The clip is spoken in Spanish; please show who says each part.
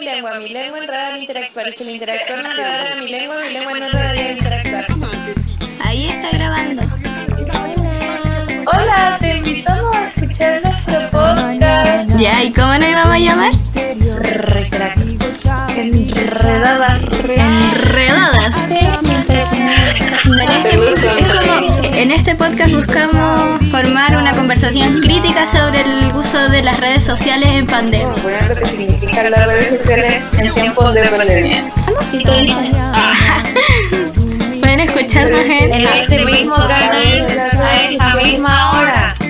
Speaker 1: lengua, mi lengua enredada al interactuar. Y si el interactuar no enredara a mi lengua, mi lengua no enredaría al interactuar.
Speaker 2: Ahí está grabando.
Speaker 1: Hola, te invitamos a escuchar nuestro podcast.
Speaker 2: Ya, ¿y cómo nos vamos a llamar?
Speaker 1: Recrack. Enredadas.
Speaker 2: Enredadas. En este podcast buscamos formar una conversación crítica sobre el uso de las redes sociales en pandemia.
Speaker 1: Bueno, lo que significan las redes sociales en tiempos de pandemia.
Speaker 2: Pueden escucharnos en
Speaker 1: En este mismo canal, a esta misma hora.